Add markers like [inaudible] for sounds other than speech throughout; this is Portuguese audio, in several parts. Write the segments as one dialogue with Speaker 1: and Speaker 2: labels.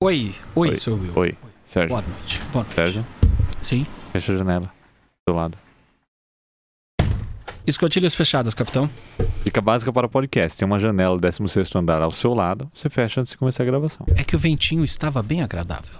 Speaker 1: Oi, oi, sou eu.
Speaker 2: Oi, Sérgio.
Speaker 1: Boa noite. Boa noite.
Speaker 2: Sérgio,
Speaker 1: Sim.
Speaker 2: fecha a janela do lado.
Speaker 1: Escotilhas fechadas, capitão.
Speaker 2: Dica básica para o podcast: tem uma janela do 16 andar ao seu lado, você fecha antes de começar a gravação.
Speaker 1: É que o ventinho estava bem agradável.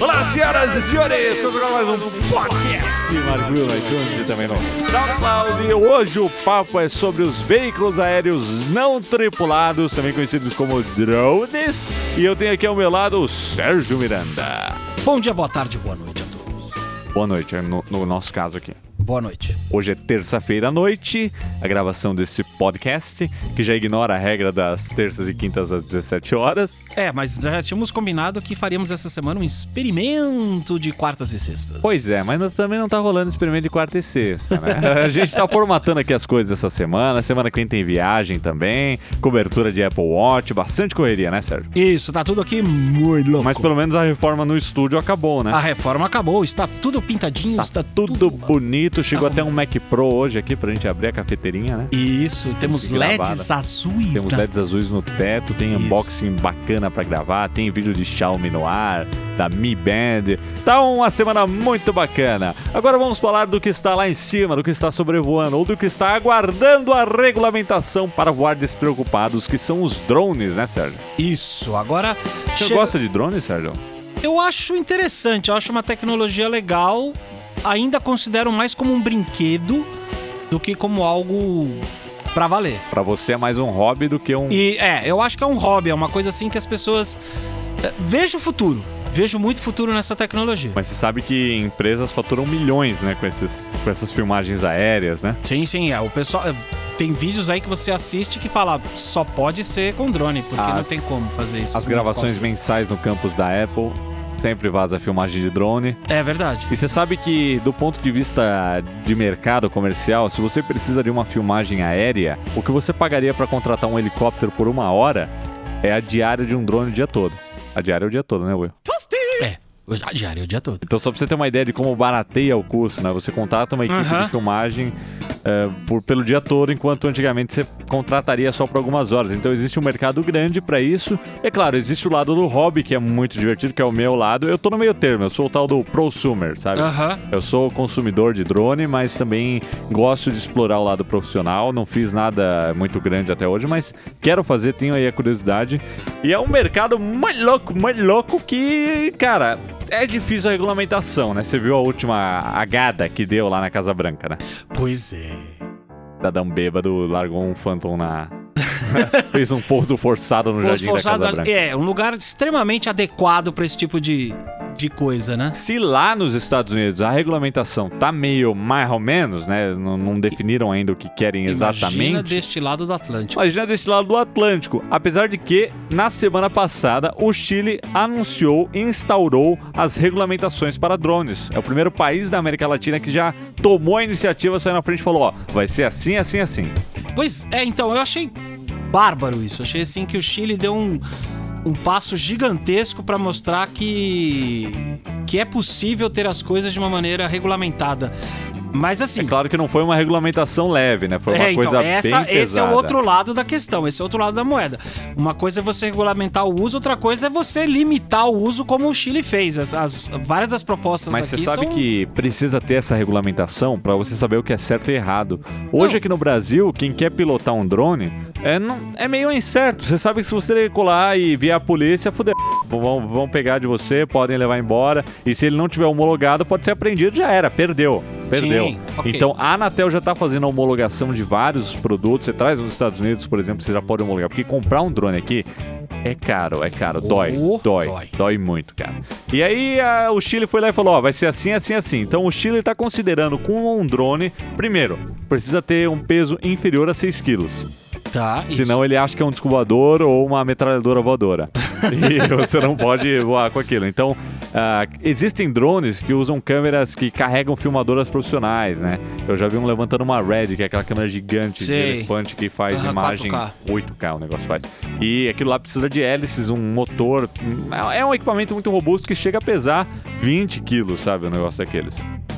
Speaker 2: Olá, senhoras e senhores! Começou agora mais um podcast Marguil iTunes e também no SoundCloud. E hoje o papo é sobre os veículos aéreos não tripulados, também conhecidos como drones. E eu tenho aqui ao meu lado o Sérgio Miranda.
Speaker 1: Bom dia, boa tarde, boa noite a todos.
Speaker 2: Boa noite, é no- no nosso caso aqui.
Speaker 1: Boa noite.
Speaker 2: Hoje é terça-feira à noite, a gravação desse podcast, que já ignora a regra das terças e quintas às 17 horas.
Speaker 1: É, mas já tínhamos combinado que faríamos essa semana um experimento de quartas e sextas.
Speaker 2: Pois é, mas não- também não tá rolando experimento de quarta e sexta, né? [laughs] A gente tá formatando aqui as coisas essa semana, semana que vem tem viagem também, cobertura de Apple Watch, bastante correria, né, Sérgio?
Speaker 1: Isso, tá tudo aqui muito louco.
Speaker 2: Mas pelo menos a reforma no estúdio acabou, né? Tá
Speaker 1: A reforma acabou, está tudo pintadinho, está
Speaker 2: Tudo, bonito, chegou até um Mac Pro hoje aqui pra gente abrir a cafeteirinha, né?
Speaker 1: Isso, temos
Speaker 2: Consegui gravar,
Speaker 1: LEDs azuis
Speaker 2: Temos
Speaker 1: na
Speaker 2: LEDs azuis no teto, tem
Speaker 1: Isso.
Speaker 2: unboxing bacana pra gravar, tem vídeo de Xiaomi no ar, da Mi Band. Tá uma semana muito bacana. Agora vamos falar do que está lá em cima, do que está sobrevoando ou do que está aguardando a regulamentação para voar despreocupados, que são os drones, né, Sérgio?
Speaker 1: Isso, agora
Speaker 2: Você
Speaker 1: chega-
Speaker 2: gosta de drones, Sérgio?
Speaker 1: Eu acho interessante, eu acho uma tecnologia legal. Ainda considero mais como um brinquedo do que como algo pra valer.
Speaker 2: Pra você é mais um hobby do que um.
Speaker 1: E é, eu acho que é um hobby, é uma coisa assim que as pessoas. é, Vejo o futuro. Vejo muito futuro nessa tecnologia.
Speaker 2: Mas você sabe que empresas faturam milhões, né, com, esses, com essas filmagens aéreas, né?
Speaker 1: Sim, sim, é. O pessoal. é, Tem vídeos aí que você assiste que fala só pode ser com drone, porque não
Speaker 2: As-
Speaker 1: tem como fazer isso.
Speaker 2: As gravações mensais no campus da Apple sempre vaza filmagem de drone.
Speaker 1: É verdade.
Speaker 2: E você sabe que, do ponto de vista de mercado comercial, se você precisa de uma filmagem aérea, o que você pagaria para contratar um helicóptero por uma hora é a diária de um drone o dia todo. A diária é o dia todo, né, Will?
Speaker 1: É. Eu já diário o dia todo.
Speaker 2: Então, só pra você ter uma ideia de como barateia o custo, né? Você contrata uma equipe
Speaker 1: Aham.
Speaker 2: de filmagem é, por, pelo dia todo, enquanto antigamente você contrataria só por algumas horas. Então, existe um mercado grande pra isso. É claro, existe o lado do hobby, que é muito divertido, que é o meu lado. Eu tô no meio termo, eu sou o tal do prosumer, sabe?
Speaker 1: Aham.
Speaker 2: Eu sou consumidor de drone, mas também gosto de explorar o lado profissional. Não fiz nada muito grande até hoje, mas quero fazer, tenho aí a curiosidade. E é um mercado muito louco, muito louco que, cara, é difícil a regulamentação, né? Você viu a última agada que deu lá na Casa Branca, né?
Speaker 1: Pois é.
Speaker 2: Dadão bêbado largou um Phantom na. [laughs] Fez um pouso forçado no
Speaker 1: Fosse
Speaker 2: jardim
Speaker 1: forçado
Speaker 2: da
Speaker 1: a-
Speaker 2: Casa Branca.
Speaker 1: É, um lugar extremamente adequado pra esse tipo de, de coisa, né?
Speaker 2: Se lá nos Estados Unidos a regulamentação tá meio mais ou menos, né? Não, não definiram ainda o que querem
Speaker 1: Imagina
Speaker 2: exatamente.
Speaker 1: deste lado do Atlântico.
Speaker 2: Imagina desse lado do Atlântico. Apesar de que, na semana passada, o Chile anunciou e instaurou as regulamentações para drones. É o primeiro país da América Latina que já tomou a iniciativa, saiu na frente e falou: ó, vai ser assim, assim, assim.
Speaker 1: Pois é, então, eu achei bárbaro isso. Achei assim que o Chile deu um, um passo gigantesco pra mostrar que, que é possível ter as coisas de uma maneira regulamentada. Mas assim.
Speaker 2: É claro que não foi uma regulamentação leve, né? Foi uma
Speaker 1: é,
Speaker 2: coisa
Speaker 1: então, essa,
Speaker 2: bem pesada.
Speaker 1: esse é o outro lado da questão, esse é o outro lado da moeda. Uma coisa é você regulamentar o uso, outra coisa é você limitar o uso, como o Chile fez. As, as- várias das propostas
Speaker 2: Mas você
Speaker 1: aqui
Speaker 2: sabe
Speaker 1: são...
Speaker 2: que precisa ter essa regulamentação pra você saber o que é certo e errado. Hoje
Speaker 1: Não.
Speaker 2: aqui no Brasil, quem quer pilotar um drone é, não- é meio incerto. Você sabe que se você colar e vier a polícia, fudeu. Vão, vão pegar de você, podem levar embora. E se ele não tiver homologado, pode ser apreendido, já era, perdeu. Perdeu.
Speaker 1: Sim, ok.
Speaker 2: Então a Anatel já tá fazendo a homologação de vários produtos. Você traz nos Estados Unidos, por exemplo, você já pode homologar. Porque comprar um drone aqui é caro, é caro. Dói,
Speaker 1: Oh,
Speaker 2: dói,
Speaker 1: dói.
Speaker 2: dói. muito, cara. E aí a- o Chile foi lá e falou, ó, vai ser assim, assim, assim. Então o Chile tá considerando com um drone, primeiro, precisa ter um peso inferior a 6 quilos.
Speaker 1: Tá, isso.
Speaker 2: Senão ele acha que é um descubador ou uma
Speaker 1: [laughs]
Speaker 2: metralhadora voadora. e você não pode voar com aquilo. Então, ah, existem drones que usam câmeras que carregam filmadoras profissionais, né? Eu já vi um levantando uma Red, que é aquela câmera gigante de
Speaker 1: Sei.
Speaker 2: elefante que faz
Speaker 1: Aham,
Speaker 2: imagem
Speaker 1: 4K.
Speaker 2: 8K o negócio faz. E aquilo lá precisa de hélices, um motor. um- É um equipamento muito robusto que chega a pesar 20 quilos, sabe? O Um negócio daqueles.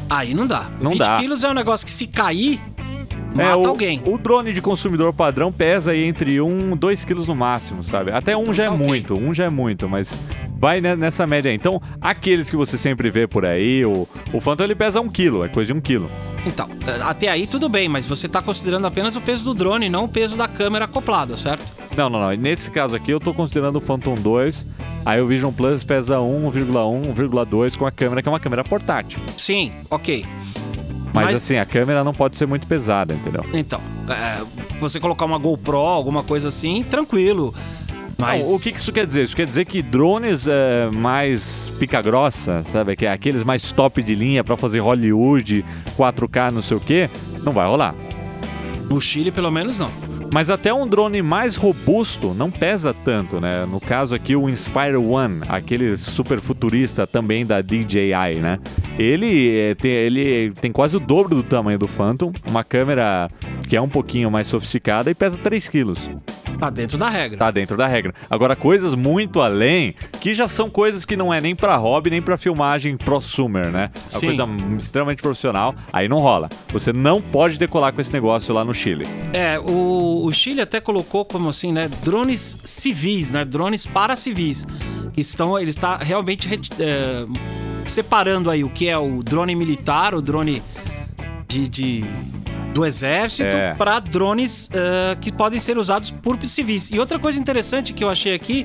Speaker 1: Aí não dá.
Speaker 2: Não
Speaker 1: 20
Speaker 2: dá.
Speaker 1: quilos é um negócio que se cair, Mata
Speaker 2: é, o,
Speaker 1: alguém.
Speaker 2: O drone de consumidor padrão pesa aí entre 1 e 2 quilos no máximo, sabe? Até um
Speaker 1: Então
Speaker 2: já
Speaker 1: tá
Speaker 2: é
Speaker 1: ok.
Speaker 2: muito, um já é muito, mas vai ne- nessa média aí. Então, aqueles que você sempre vê por aí, o, o Phantom ele pesa 1 quilo, é coisa de 1 quilo.
Speaker 1: Então, eh, até aí tudo bem, mas você tá considerando apenas o peso do drone, não o peso da câmera acoplada, certo?
Speaker 2: Não, não, não. Nesse caso aqui, eu tô considerando o Phantom 2, aí o Vision Plus pesa 1,1, 1,2 com a câmera, que é uma câmera portátil.
Speaker 1: Sim, ok.
Speaker 2: Mas,
Speaker 1: Mas-
Speaker 2: assim, a câmera não pode ser muito pesada, entendeu?
Speaker 1: Então, eh, você colocar uma GoPro, alguma coisa assim, tranquilo. Mas
Speaker 2: Não, o que que isso quer dizer? Isso quer dizer que drones é, mais pica grossa, sabe? Que é aqueles mais top de linha pra fazer Hollywood, 4K, não sei o quê, não vai rolar.
Speaker 1: no Chile, pelo menos, não.
Speaker 2: Mas até um drone mais robusto não pesa tanto, né? No caso aqui, o Inspire One, aquele super futurista também da DJI, né? Ele, é, tem, ele tem quase o dobro do tamanho do Phantom, uma câmera que é um pouquinho mais sofisticada e pesa 3 quilos.
Speaker 1: Tá dentro da regra.
Speaker 2: Tá dentro da regra. Agora, coisas muito além, que já são coisas que não é nem pra hobby, nem pra filmagem prosumer, né? É uma
Speaker 1: Sim.
Speaker 2: coisa extremamente profissional, aí não rola. Você não pode decolar com esse negócio lá no Chile.
Speaker 1: É, o, o Chile até colocou como assim, né? Drones civis, né? Drones para civis. Que estão, ele está realmente reti- é, separando aí o que é o drone militar, o drone de, de- do exército,
Speaker 2: É.
Speaker 1: para drones é, que podem ser usados por civis. E outra coisa interessante que eu achei aqui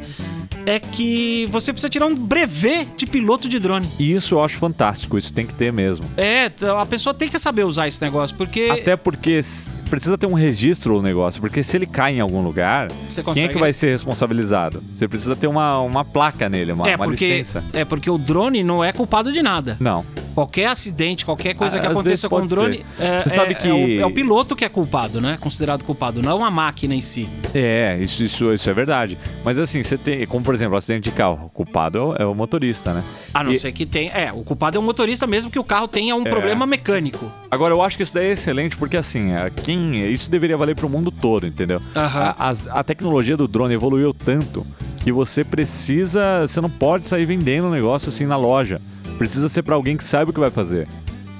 Speaker 1: é que você precisa tirar um brevet de piloto de drone.
Speaker 2: E isso eu acho fantástico, isso tem que ter mesmo.
Speaker 1: É, t- a pessoa tem que saber usar esse negócio, porque
Speaker 2: Até porque s- precisa ter um registro o negócio, porque se ele cai em algum lugar,
Speaker 1: você
Speaker 2: quem
Speaker 1: consegue.
Speaker 2: é que vai ser responsabilizado? Você precisa ter uma, uma placa nele, uma,
Speaker 1: é
Speaker 2: uma
Speaker 1: porque,
Speaker 2: licença.
Speaker 1: é porque o drone não é culpado de nada.
Speaker 2: Não.
Speaker 1: Qualquer acidente, qualquer coisa
Speaker 2: Ah,
Speaker 1: que
Speaker 2: às
Speaker 1: aconteça
Speaker 2: vezes
Speaker 1: com o
Speaker 2: pode
Speaker 1: drone,
Speaker 2: ser.
Speaker 1: é,
Speaker 2: Você
Speaker 1: é-
Speaker 2: sabe
Speaker 1: é
Speaker 2: que-
Speaker 1: o, é o piloto que é culpado, né? Considerado culpado, não é uma máquina em si.
Speaker 2: É, isso, isso, isso é verdade. Mas assim, você tem, como por exemplo, acidente de carro, o culpado é o, é o motorista, né?
Speaker 1: A não
Speaker 2: E- É.
Speaker 1: ser que tenha. É, o culpado é o motorista, mesmo que o carro tenha um problema mecânico.
Speaker 2: Agora, eu acho que isso daí é excelente, porque assim, a quem isso deveria valer pro mundo todo, entendeu?
Speaker 1: Aham.
Speaker 2: A, as- a tecnologia do drone evoluiu tanto que você precisa. Você não pode sair vendendo um negócio assim na loja. Precisa ser pra alguém que saiba o que vai fazer.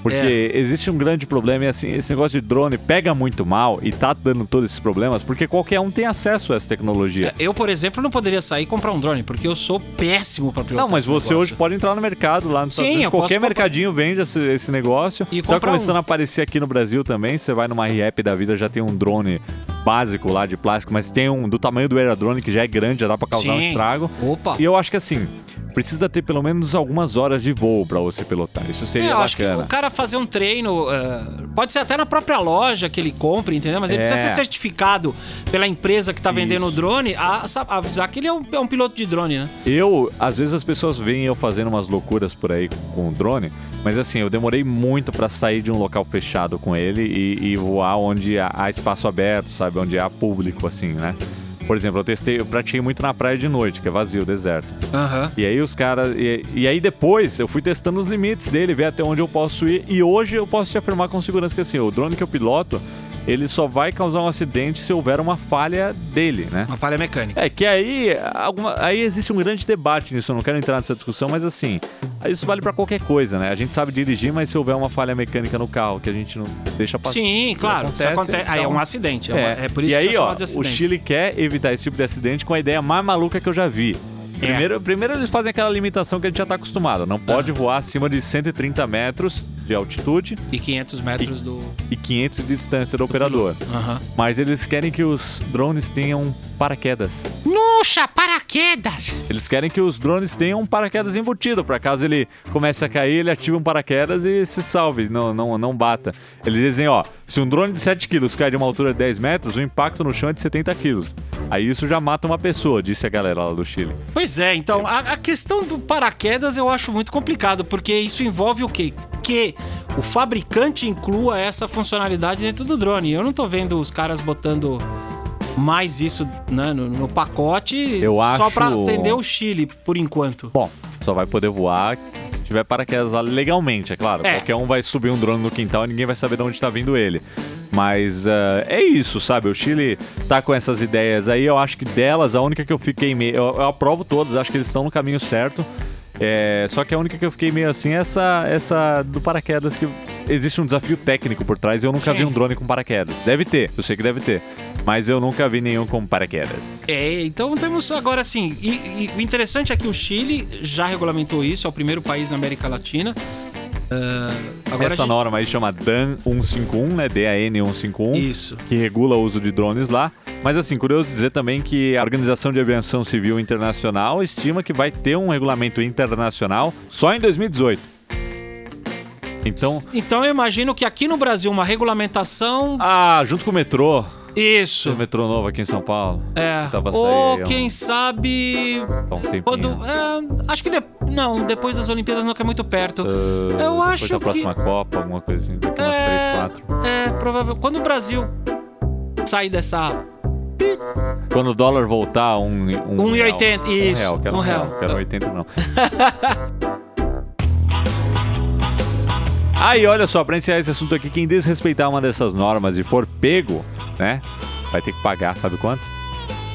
Speaker 2: Porque existe um grande problema, e assim, esse negócio de drone pega muito mal e tá dando todos esses problemas, porque qualquer um tem acesso a essa tecnologia.
Speaker 1: Eu, por exemplo, não poderia sair e comprar um drone, porque eu sou péssimo pra pilotar.
Speaker 2: Não, mas
Speaker 1: esse
Speaker 2: você
Speaker 1: negócio.
Speaker 2: hoje pode entrar no mercado lá no
Speaker 1: Sim,
Speaker 2: Estados Unidos.
Speaker 1: eu posso
Speaker 2: Qualquer
Speaker 1: comprar-
Speaker 2: mercadinho vende esse, esse negócio.
Speaker 1: E
Speaker 2: tá
Speaker 1: comprar
Speaker 2: começando
Speaker 1: um.
Speaker 2: a aparecer aqui no Brasil também. Você vai numa REP da vida, já tem um drone básico lá de plástico, mas tem um do tamanho do aerodrone que já é grande, já dá pra causar um
Speaker 1: Sim.
Speaker 2: estrago.
Speaker 1: Opa!
Speaker 2: E eu acho que assim, precisa ter pelo menos algumas horas de voo pra você pilotar. Isso
Speaker 1: É,
Speaker 2: seria
Speaker 1: eu acho que
Speaker 2: bacana.
Speaker 1: o cara fazer um treino, eh, pode ser até na própria loja que ele compre, entendeu? Mas ele
Speaker 2: É.
Speaker 1: precisa ser certificado pela empresa que tá vendendo o
Speaker 2: Isso.
Speaker 1: drone a, sa- avisar que ele é um, é um piloto de drone, né?
Speaker 2: Eu, às vezes as pessoas veem eu fazendo umas loucuras por aí com o drone, mas assim, eu demorei muito pra sair de um local fechado com ele e, e voar onde há, há espaço aberto, sabe? Onde há público, assim, né? Por exemplo, eu testei, eu pratiquei muito na praia de noite, que é vazio, deserto.
Speaker 1: Aham.
Speaker 2: E aí os caras. E, e aí depois eu fui testando os limites dele, ver até onde eu posso ir. E hoje eu posso te afirmar com segurança que assim, o drone que eu piloto, ele só vai causar um acidente se houver uma falha dele, né?
Speaker 1: Uma falha mecânica.
Speaker 2: É que aí, alguma- aí existe um grande debate nisso, eu não quero entrar nessa discussão, mas assim, isso vale pra qualquer coisa, né? A gente sabe dirigir, mas se houver uma falha mecânica no carro que a gente não deixa passar.
Speaker 1: Sim, claro. Isso
Speaker 2: acontece,
Speaker 1: acontece, aí é
Speaker 2: então-
Speaker 1: um acidente. É, uma- é por isso
Speaker 2: e
Speaker 1: que
Speaker 2: aí,
Speaker 1: chama
Speaker 2: ó,
Speaker 1: de
Speaker 2: o
Speaker 1: acidente.
Speaker 2: Chile quer evitar esse tipo de acidente com a ideia mais maluca que eu já vi.
Speaker 1: É.
Speaker 2: Primeiro, primeiro eles fazem aquela limitação que a gente já tá acostumado. Não pode voar acima de 130 metros de altitude
Speaker 1: E 500 metros do.
Speaker 2: e 500 de distância do operador.
Speaker 1: Aham.
Speaker 2: Mas eles querem que os drones tenham paraquedas.
Speaker 1: Nuxa, paraquedas!
Speaker 2: Eles querem que os drones tenham um paraquedas embutido, para caso ele comece a cair, ele ative um paraquedas e se salve, não, não, não bata. Eles dizem, ó, se um drone de 7 quilos cai de uma altura de 10 metros, o impacto no chão é de 70 quilos. Aí isso já mata uma pessoa, disse a galera lá do Chile.
Speaker 1: Pois é, então, a, a questão do paraquedas eu acho muito complicado, porque isso envolve o quê? Que o fabricante inclua essa funcionalidade dentro do drone. Eu não tô vendo os caras botando mais isso né, no, no pacote
Speaker 2: Eu
Speaker 1: só
Speaker 2: acho-
Speaker 1: pra atender o Chile, por enquanto.
Speaker 2: Bom, só vai poder voar se tiver paraquedas lá legalmente, é claro.
Speaker 1: É.
Speaker 2: Qualquer um vai subir um drone no quintal e ninguém vai saber de onde tá vindo ele. Mas eh, é isso, sabe? O Chile tá com essas ideias aí. Eu acho que delas, a única que eu fiquei meio. Eu, eu aprovo todas, acho que eles estão no caminho certo. É, só que a única que eu fiquei meio assim é essa, essa do paraquedas que existe um desafio técnico por trás. Eu nunca
Speaker 1: Sim.
Speaker 2: vi um drone com paraquedas. Deve ter, eu sei que deve ter. Mas eu nunca vi nenhum com paraquedas.
Speaker 1: É, então temos agora assim. E, e o interessante é que o Chile já regulamentou isso, é o primeiro país na América Latina. Ah, agora
Speaker 2: Essa
Speaker 1: a gente-
Speaker 2: norma aí chama DAN 151, né? DAN 151.
Speaker 1: Isso.
Speaker 2: que regula o uso de drones lá. Mas assim, curioso dizer também que a Organização de Aviação Civil Internacional estima que vai ter um regulamento internacional só em 2018. Então,
Speaker 1: Então eu imagino que aqui no Brasil uma regulamentação.
Speaker 2: ah, junto com o metrô, o
Speaker 1: Isso.
Speaker 2: metrô novo aqui em São Paulo.
Speaker 1: É.
Speaker 2: Tava
Speaker 1: Ou
Speaker 2: saindo
Speaker 1: quem sabe.
Speaker 2: há um tempinho.
Speaker 1: Quando, é, acho que. de- não, depois das Olimpíadas não que é muito perto.
Speaker 2: Ah,
Speaker 1: eu
Speaker 2: depois
Speaker 1: acho
Speaker 2: da
Speaker 1: que-
Speaker 2: próxima Copa, alguma coisa assim, daqui umas três, quatro.
Speaker 1: É, provável. Quando o Brasil sair dessa.
Speaker 2: Quando o dólar voltar, um, um
Speaker 1: 1,80,
Speaker 2: real.
Speaker 1: isso,
Speaker 2: Um real, quero um,
Speaker 1: um
Speaker 2: real.
Speaker 1: real.
Speaker 2: Quero
Speaker 1: [laughs]
Speaker 2: 80 não. Aí, olha só, pra encerrar esse assunto aqui, quem desrespeitar uma dessas normas e for pego, né, vai ter que pagar, sabe quanto?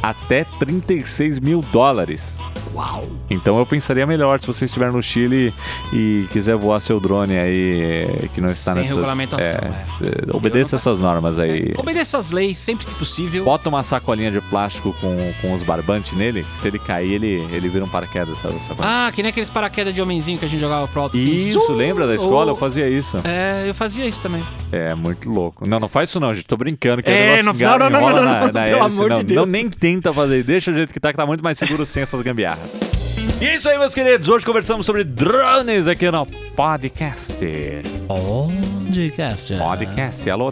Speaker 2: Até 36 mil dólares.
Speaker 1: Uau!
Speaker 2: Então eu pensaria melhor se você estiver no Chile e quiser voar seu drone aí é, que não está
Speaker 1: Sem
Speaker 2: nessas... eh,
Speaker 1: regulamentação, é.
Speaker 2: se-
Speaker 1: não-
Speaker 2: Obedeça
Speaker 1: É,
Speaker 2: essas normas aí.
Speaker 1: Obedeça as leis sempre que possível.
Speaker 2: Bota uma sacolinha de plástico com, com os barbantes nele. que Se ele cair, ele, ele vira um paraquedas, sabe? sabe?
Speaker 1: Ah, que nem aqueles paraquedas de homenzinho que a gente jogava pro alto. assim.
Speaker 2: isso,
Speaker 1: Zum!
Speaker 2: lembra da escola?
Speaker 1: Ou-
Speaker 2: Eu fazia isso.
Speaker 1: É, eu fazia isso também.
Speaker 2: É, muito louco. Não, não faz isso não, gente. Tô brincando. Que é,
Speaker 1: É,
Speaker 2: negócio
Speaker 1: não-
Speaker 2: que engarra,
Speaker 1: não, não, não, não,
Speaker 2: enrola na-
Speaker 1: não,
Speaker 2: na
Speaker 1: pelo
Speaker 2: hélice,
Speaker 1: amor de
Speaker 2: não.
Speaker 1: Deus.
Speaker 2: Não, nem tenta fazer. Deixa o jeito que tá, que tá muito mais seguro sem essas gambiarras. E é isso aí, meus queridos. Hoje conversamos sobre drones aqui no podcast.
Speaker 1: Podcast.
Speaker 2: Ah. Podcast. Alô,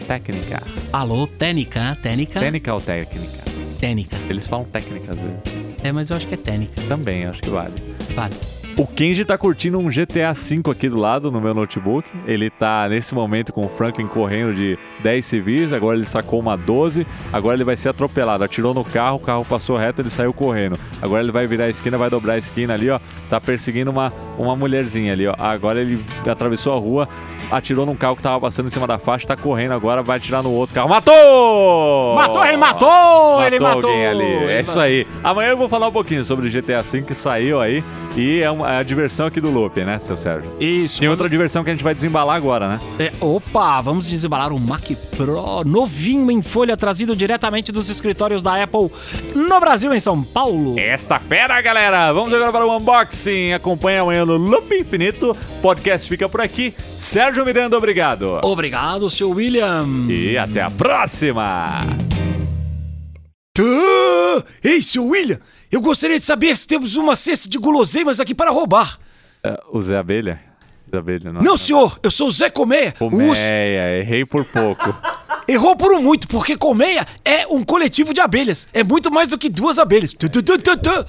Speaker 1: é,
Speaker 2: técnica.
Speaker 1: Alô, técnica, técnica,
Speaker 2: Técnica ou técnica?
Speaker 1: técnica.
Speaker 2: Eles falam técnica às vezes.
Speaker 1: É, mas eu acho que é técnica.
Speaker 2: Também, acho que vale.
Speaker 1: Vale.
Speaker 2: O Kenji tá curtindo um GTA V aqui do lado no meu notebook. Ele tá nesse momento com o Franklin correndo de 10 civis, agora ele sacou uma 12, agora ele vai ser atropelado. Atirou no carro, o carro passou reto, ele saiu correndo. Agora ele vai virar a esquina, vai dobrar a esquina ali, ó. Tá perseguindo uma, uma mulherzinha ali, ó. Agora ele atravessou a rua, atirou num carro que tava passando em cima da faixa, tá correndo agora, vai atirar no outro carro. Matou!
Speaker 1: Matou, ele matou! ele matou!
Speaker 2: alguém ali.
Speaker 1: Ele
Speaker 2: É isso aí. Amanhã eu vou falar um pouquinho sobre o GTA V que saiu aí. E é, uma- é a diversão aqui do loop, né, seu Sérgio?
Speaker 1: Isso.
Speaker 2: Tem outra diversão que a gente vai desembalar agora, né?
Speaker 1: É, opa, vamos desembalar o Mac Pro novinho em folha, trazido diretamente dos escritórios da Apple no Brasil, em São Paulo.
Speaker 2: Esta fera, galera! Vamos agora para o unboxing. Acompanha amanhã no Loop Infinito. Podcast fica por aqui. Sérgio Miranda, obrigado.
Speaker 1: Obrigado, seu William.
Speaker 2: E até a próxima!
Speaker 1: Tã! Ei, seu William, eu gostaria de saber se temos uma cesta de guloseimas aqui para roubar.
Speaker 2: É, o Zé Abelha? Zé Abelha, não.
Speaker 1: Não, senhor, eu sou o Zé Colmeia. o urso.
Speaker 2: Colmeia, errei por pouco.
Speaker 1: Errou por um muito, porque colmeia é um coletivo de abelhas. É muito mais do que duas abelhas. Tã, tã, tã, tã, tã.